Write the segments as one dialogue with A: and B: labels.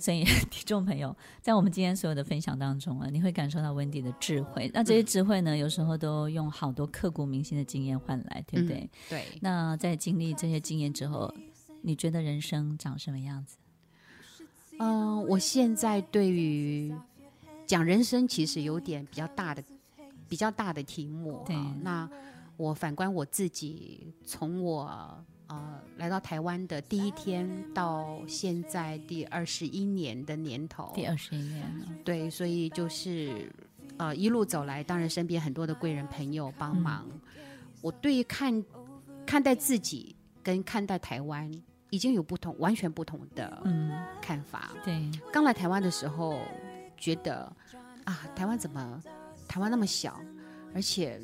A: 所以 听众朋友，在我们今天所有的分享当中啊，你会感受到温迪的智慧。那这些智慧呢，有时候都用好多刻骨铭心的经验换来，对不对？
B: 对，
A: 那在经历这些经验之后，你觉得人生长什么样子？
B: 嗯、我现在对于讲人生其实有点比较大的、比较大的题目
A: 对
B: 啊。那我反观我自己，从我呃来到台湾的第一天到现在第二十一年的年头，
A: 第二十一年了，
B: 对，所以就是呃一路走来，当然身边很多的贵人朋友帮
A: 嗯
B: 忙，我对于看看待自己跟看待台湾已经有不同，完全不同的
A: 嗯，
B: 看法。
A: 对，
B: 刚来台湾的时候，觉得啊，台湾怎么台湾那么小，而且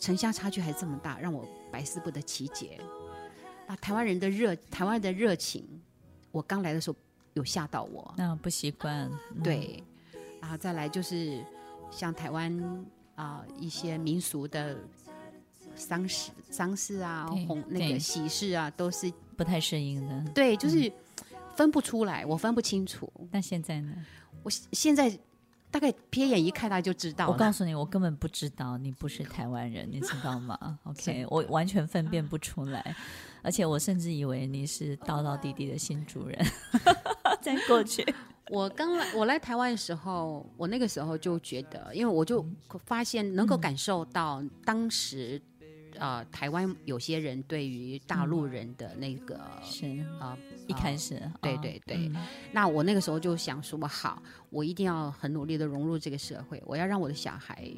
B: 城乡差距还这么大，让我百思不得其解。啊，台湾人的热，台湾人的热情，我刚来的时候有吓到我。
A: 那不习惯，嗯，
B: 对，然后再来就是像台湾啊、一些民俗的丧事、丧事啊
A: 对、
B: 红那
A: 对嗯
B: 个喜事啊，都是
A: 不太适应的。
B: 对，就是分不出来，我分不清楚。
A: 那现在呢？
B: 我现现在大概瞥眼一看，大家就知道
A: 我
B: 了。
A: 告诉你，我根本不知道你不是台湾人，你知道吗 ？OK，我完全分辨
B: 啊
A: 不出来，而且我甚至以为你是道道地地的新主 人，在过去，
B: 我刚来，我来台湾的时候，我那个时候就觉得，因为我就发现能够感受到当时，呃，台湾有些人对于大陆人的那个
A: 是
B: 啊，
A: 一
B: 始。
A: 开始，
B: 对
A: 哦
B: 对对
A: 嗯
B: 那我那个时候就想说，好，我一定要很努力的融入这个社会，我要让我的小孩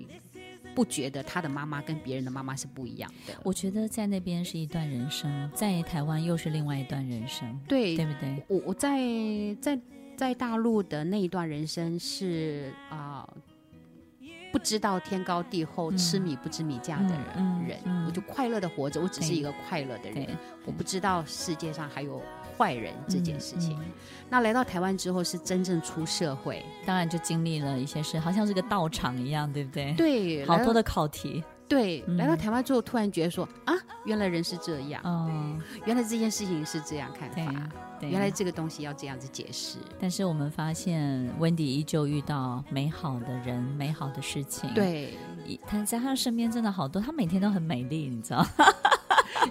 B: 不觉得他的妈妈跟别人的妈妈是不一样的。
A: 我觉得在那边是一段人生，在台湾又是另外一段人生，
B: 对，
A: 对不对？
B: 我我在在在大陆的那一段人生是啊、不知道天高地厚，
A: 嗯
B: 吃米不知米价的人，
A: 嗯嗯嗯
B: 我就快乐的活着，我只是一个快乐的人
A: 对，
B: 我不知道世界上还有坏人这件事情。
A: 嗯
B: 那来到台湾之后，是真正出社会，
A: 当然就经历了一些事，好像是个道场一样，对不对？
B: 对，
A: 好
B: 来到
A: 多的考题，
B: 对，来到
A: 嗯
B: 台湾之后，突然觉得说啊，原来人是这样，
A: 嗯，
B: 原来这件事情是这样看
A: 对
B: 法，
A: 对。
B: 啊原来这个东西要这样子解释。
A: 但是我们发现，温迪依旧遇到美好的人、美好的事情。，
B: 对，
A: 他在他身边真的好多，他每天都很美丽，你知道。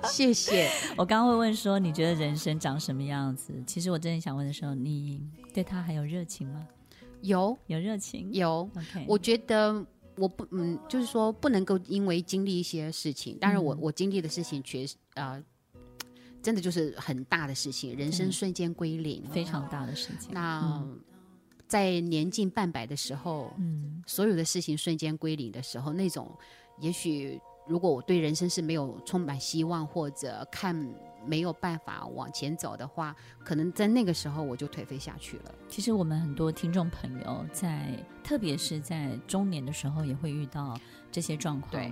B: 谢谢。
A: 我刚刚会问说，你觉得人生长什么样子？其实我真的想问的时候，你对他还有热情吗？
B: 有
A: 有热情
B: 有，
A: ？OK，
B: 我觉得我不嗯，就是说不能够因为经历一些事情，当然我、
A: 嗯
B: 我经历的事情确实呃，真的就是很大的事情，人生
A: 对
B: 瞬间归零。
A: 非常嗯大的事情。
B: 那、嗯在年近半百的时候，
A: 嗯，
B: 所有的事情瞬间归零的时候，那种也许如果我对人生是没有充满希望或者看没有办法往前走的话，可能在那个时候我就颓废下去了。
A: 其实我们很多听众朋友在，特别是在中年的时候，也会遇到这些状况。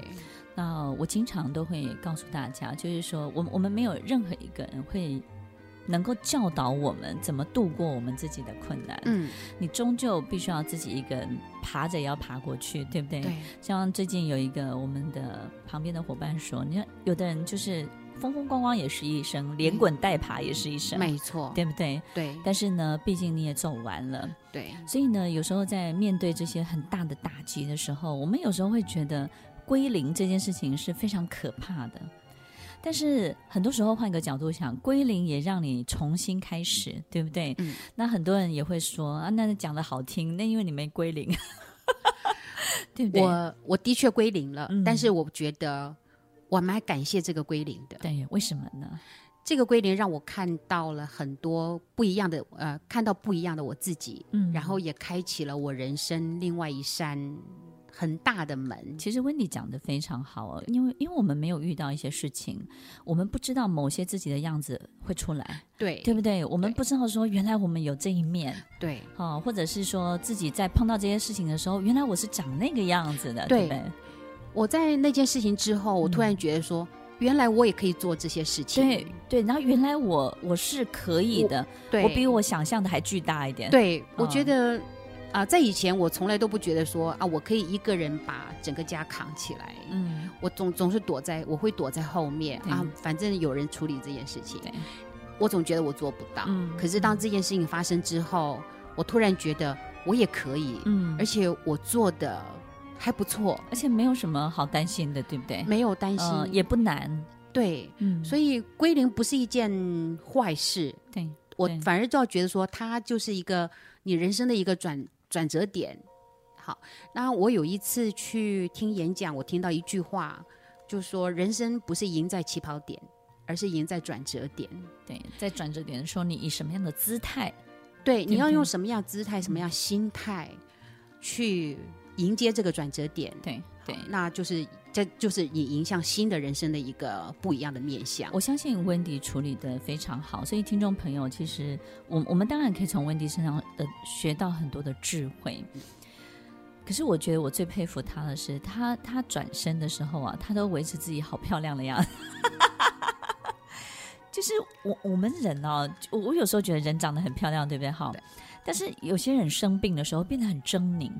A: 那我经常都会告诉大家，就是说，我们我们没有任何一个人会能够教导我们怎么度过我们自己的困难。，
B: 嗯，
A: 你终究必须要自己一个人爬着也要爬过去，对不对？。
B: 对，
A: 像最近有一个我们的旁边的伙伴说，你看有的人就是风风光光也是一生，连滚带爬也是一生，
B: 嗯没错，
A: 对不对？
B: 对
A: 但是呢，毕竟你也走完了。
B: 对
A: 所以呢，有时候在面对这些很大的打击的时候，我们有时候会觉得归零这件事情是非常可怕的。但是很多时候换一个角度想，归零也让你重新开始，对不对？
B: 嗯、
A: 那很多人也会说啊，那讲的好听，那因为你没归零， 对不对？
B: 我我的确归零了，
A: 嗯
B: 但是我觉得我蛮感谢这个归零的。
A: 对，为什么呢？
B: 这个归零让我看到了很多不一样的，呃，看到不一样的我自己，
A: 嗯
B: 然后也开启了我人生另外一扇很大的门。
A: 其实温迪讲的非常好哦，因为因为我们没有遇到一些事情，我们不知道某些自己的样子会出来，
B: 对
A: 对不对？我们
B: 对
A: 不知道说原来我们有这一面，
B: 对
A: 哦，或者是说自己在碰到这些事情的时候，原来我是长那个样子的，
B: 对
A: 对不
B: 我在那件事情之后，我突然觉得说，原来我也可以做这些事情。
A: 对？对对，然后原来我我是可以的，
B: 对，
A: 我比我想象的还巨大一点。，
B: 对，我
A: 嗯
B: 觉得啊、在以前我从来都不觉得说啊，我可以一个人把整个家扛起来。
A: 嗯，
B: 我总总是躲在，我会躲在后面
A: 对
B: 啊，反正有人处理这件事情。
A: 对，
B: 我总觉得我做不到。
A: 嗯
B: 啊可是当这件事情发生之后，我突然觉得我也可以，
A: 嗯，
B: 而且我做的还不错，
A: 而且没有什么好担心的，对不对？
B: 没有担心，
A: 呃，也不难，
B: 对。
A: 嗯，
B: 所
A: 以
B: 以归零不是一件坏事，
A: 对，
B: 我
A: 对
B: 反而倒觉得说，它就是一个你人生的一个转转折点。好，那我有一次去听演讲，我听到一句话，就说人生不是赢在起跑点，而是赢在转折点。
A: 对，在转折点的时候，你以什么样的姿态？
B: 对，你
A: 对
B: 要
A: 对嗯
B: 用什么样姿态、什么样心态去迎接这个转折点，
A: 对对，
B: 那就是这就是你迎向新的人生的一个不一样的面向。
A: 我相信温迪处理的非常好，所以听众朋友，其实我我们当然可以从温迪身上呃学到很多的智慧。可是我觉得我最佩服他的是，他他转身的时候啊，他都维持自己好漂亮的样子。 就是我我们人哦，我我有时候觉得人长得很漂亮，对不对？哈，但是有些人生病的时候变得很狰狞，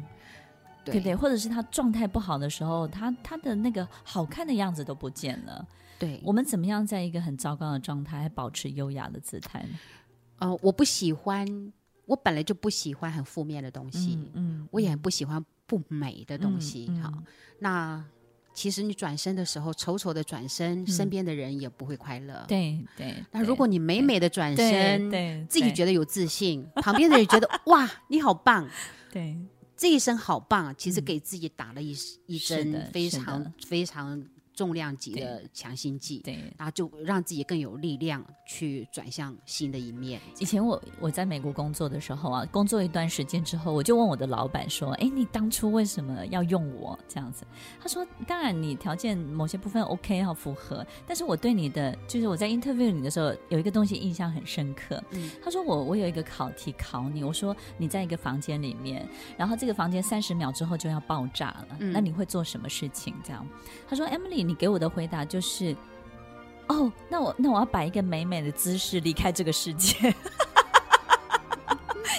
A: 对不对？或者是他状态不好的时候，他他的那个好看的样子都不见了。
B: 对，
A: 我们怎么样在一个很糟糕的状态还保持优雅的姿态呢？
B: 呃，我不喜欢，我本来就不喜欢很负面的东西。
A: 嗯
B: 我也很不喜欢不美的东西。
A: 嗯嗯
B: 好，那其实你转身的时候，丑丑的转身，身边的人也不会快乐。，
A: 嗯对对。
B: 那
A: 对
B: 如果你美美的转
A: 对
B: 身，
A: 对
B: 自己觉
A: 得
B: 得有 自信，旁边的人觉得哇，你好棒，
A: 对
B: 这一身好棒，其实
A: 嗯
B: 给自己打了一一
A: 是的
B: 针非
A: 是的
B: 常非常重量级
A: 对
B: 的强心剂。
A: 对。
B: 然后就让自己更有力量去转向新的一面。
A: 以前我我在美国工作的时候啊，工作一段时间之后，我就问我的老板说：“哎，你当初为什么要用我这样子？”他说：“当然，你条件某些部分 OK 哈符合，但是我对你的就是我在 interview 你的时候有一个东西印象很深刻。
B: 嗯
A: 他说我我有一个考题考你，我说你在一个房间里面，然后这个房间三十秒之后就要爆炸了，
B: 嗯
A: 那你会做什么事情？这样，他说 Emily，你给我的回答就是，哦，那我那我要摆一个美美的姿势离开这个世界，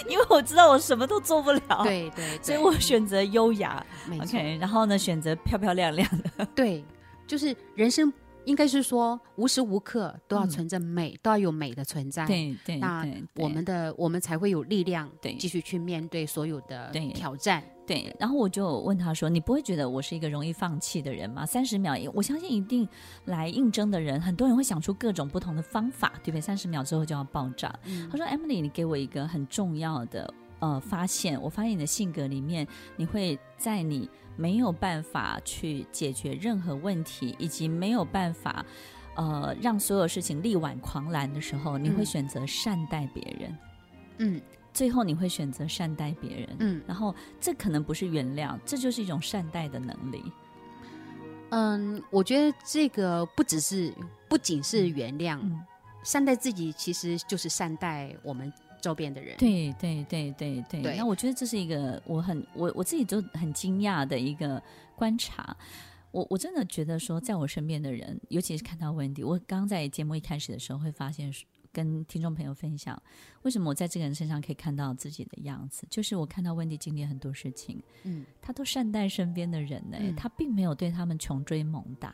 A: 因为我知道我什么都做不了，，
B: 对对，
A: 所以
B: 对
A: 我选择优雅
B: 没错。
A: ，OK，然后呢选择漂漂亮亮的，
B: 对，就是人生应该是说无时无刻都要
A: 嗯
B: 存着美，都要有美的存在。，
A: 对对
B: 那
A: 对，
B: 我们的我们才会有力量，
A: 对
B: 继续去面对所有的
A: 对
B: 挑战。
A: 对，然后我就问他说：“你不会觉得我是一个容易放弃的人吗？三十秒，我相信一定来应征的人，很多人会想出各种不同的方法，对不对？三十秒之后就要爆炸。他说：“Emily，你给我一个很重要的呃发现，我发现你的性格里面，你会在你没有办法去解决任何问题，以及没有办法呃让所有事情力挽狂澜的时候，你会
B: 嗯
A: 选择善待别人，
B: 嗯
A: 最后你会选择善待别人。”
B: 嗯
A: 然后这可能不是原谅，这就是一种善待的能力。
B: 嗯，我觉得这个不只是不仅是原谅，
A: 嗯
B: 善待自己其实就是善待我们周边的人。
A: 对对对对对。
B: 对
A: 那我觉得这是一个我很我我自己就很惊讶的一个观察。我我真的觉得说，在我身边的人，尤其是看到 Wendy，我刚在节目一开始的时候会发现是，跟听众朋友分享，为什么我在这个人身上可以看到自己的样子，就是我看到 Wendy 经历很多事情，
B: 嗯，
A: 他都善待身边的人呢、
B: 嗯
A: 他并没有对他们穷追猛打。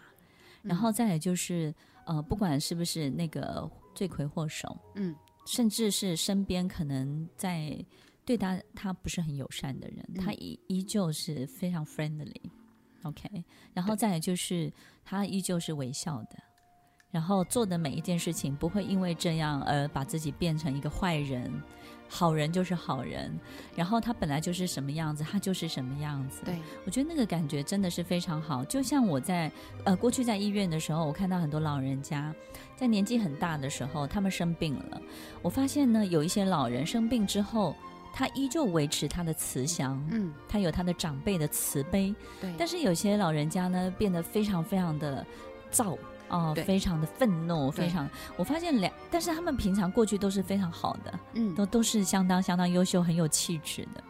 A: 然后再来就是，呃，不管是不是那个罪魁祸首，
B: 嗯，
A: 甚至是身边可能在对他他不是很友善的人，
B: 嗯
A: 他依依旧是非常 friendly。OK，然后再来就是他依旧是微笑的，然后做的每一件事情不会因为这样而把自己变成一个坏人，好人就是好人，然后他本来就是什么样子，他就是什么样子。
B: 对，
A: 我觉得那个感觉真的是非常好，就像我在呃过去在医院的时候，我看到很多老人家在年纪很大的时候，他们生病了，我发现呢有一些老人生病之后，他依旧维持他的慈祥，
B: 嗯，
A: 他有他的长辈的慈悲，
B: 对，
A: 但是有些老人家呢变得非常非常的躁。哦、
B: 对
A: 非常的愤怒，
B: 对
A: 非常。我发现两，但是他们平常过去都是非常好的，
B: 嗯，
A: 都都是相当相当优秀、很有气质的。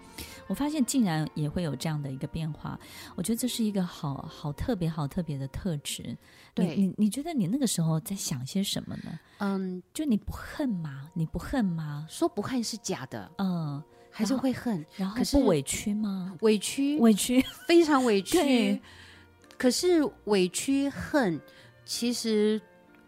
A: 我发现竟然也会有这样的一个变化，我觉得这是一个好好特别、好特别的特质。
B: 对
A: 你你你觉得你那个时候在想些什么呢？
B: 嗯，
A: 就你不恨吗？你不恨吗？
B: 说不恨是假的，
A: 嗯，
B: 还是
A: 然后
B: 会恨，
A: 然后
B: 可是
A: 不委屈吗？
B: 委屈，
A: 委屈，
B: 非常委
A: 对
B: 屈。可是委屈、恨，其实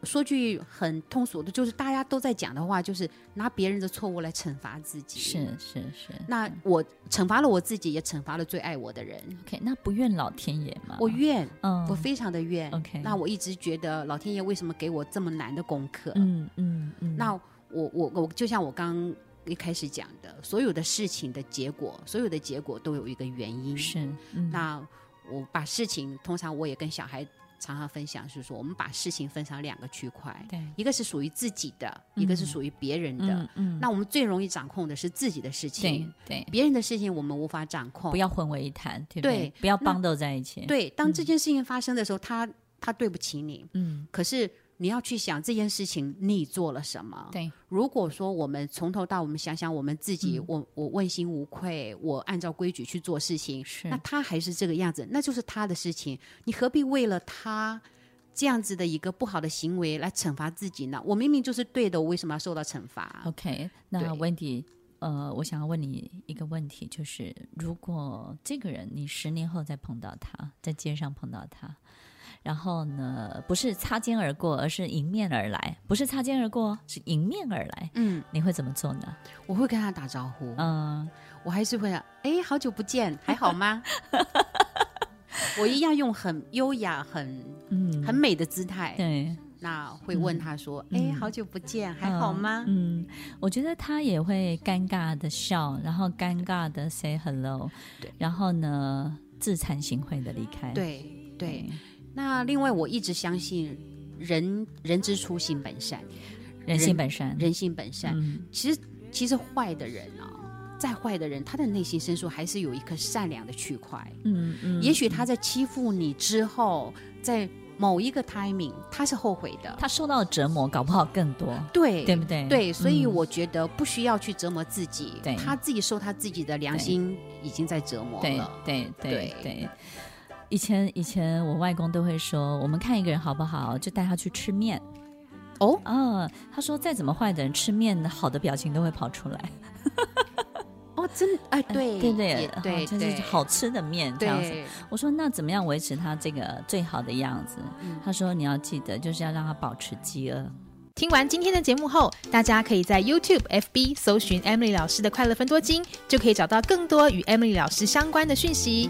B: 说句很通俗的，就是大家都在讲的话，就是拿别人的错误来惩罚自己。
A: 是是是。
B: 那我惩罚了我自己，也惩罚了最爱我的人。
A: OK，那不怨老天爷吗？
B: 我怨，
A: 嗯
B: 我非常的怨。
A: OK
B: 那我一直觉得老天爷为什么给我这么难的功课？
A: 嗯嗯嗯，
B: 那我我我就像我刚一开始讲的，所有的事情的结果，所有的结果都有一个原因。
A: 是嗯
B: 那我把事情，通常我也跟小孩常常分享，是说我们把事情分成两个区块，
A: 对
B: 一个是属于自己的，一个是属于别人的。
A: 嗯嗯，
B: 那我们最容易掌控的是自己的事
A: 对
B: 情，
A: 对，
B: 别人的事情我们无法掌控。
A: 不要混为一谈，对不对？
B: 哦对
A: 不要
B: 那
A: 帮斗在一起。，
B: 对，当这件事情发生的时候，他他对不起你，
A: 嗯，
B: 可是你要去想这件事情你做了什么。
A: 对，
B: 如果说我们从头到我们想想我们自己，
A: 嗯
B: 我我问心无愧，我按照规矩去做事情，
A: 是
B: 那他还是这个样子，那就是他的事情，你何必为了他这样子的一个不好的行为来惩罚自己呢？我明明就是对的，我为什么要受到惩罚？
A: OK，那
B: 对
A: Wendy，呃，我想要问你一个问题，就是如果这个人你十年后再碰到他，在街上碰到他，然后呢，不是擦肩而过，而是迎面而来，不是擦肩而过，是迎面而来，
B: 嗯，
A: 你会怎么做呢？
B: 我会跟他打招呼，
A: 嗯，
B: 我还是会啊，哎，好久不见，还好 吗？我一样用很优雅、很
A: 嗯
B: 很美的姿态，
A: 对，
B: 那会问他说：“哎、
A: 嗯
B: 好久不见，还好吗？”
A: 嗯，我觉得他也会尴尬的笑，然后尴尬的 say hello，
B: 对
A: 然后呢，自惭形秽的离开。
B: 对对。
A: 嗯，
B: 那另外，我一直相信人人之初性本善，
A: 人性本善，
B: 人性本善。
A: 嗯，
B: 其实其实坏的人啊、再坏的人，他的内心深处还是有一颗善良的区块。
A: 嗯嗯，
B: 也许他在欺负你之后，在某一个 timing，他是后悔的。
A: 他受到的折磨，搞不好更多，
B: 对
A: 对不对？
B: 对，所以
A: 嗯
B: 我觉得不需要去折磨自己，
A: 对
B: 他自己受他自己的良
A: 对
B: 心已经在折磨
A: 对
B: 了。
A: 对对
B: 对
A: 对。以前以前我外公都会说，我们看一个人好不好，就带他去吃面。
B: 哦
A: 嗯，他说再怎么坏的人吃面，好的表情都会跑出来。
B: 哦，真的哎，对
A: 对
B: 也
A: 对
B: 对，
A: 就是
B: 对
A: 好吃的面这样子。
B: 对，
A: 我说那怎么样维持他这个呃最好的样子？他说你要记得，就是要让他保持饥饿。
C: 听完今天的节目后，大家可以在 YouTube、FB 搜寻 Emily 老师的快乐分多金，就可以找到更多与 Emily 老师相关的讯息。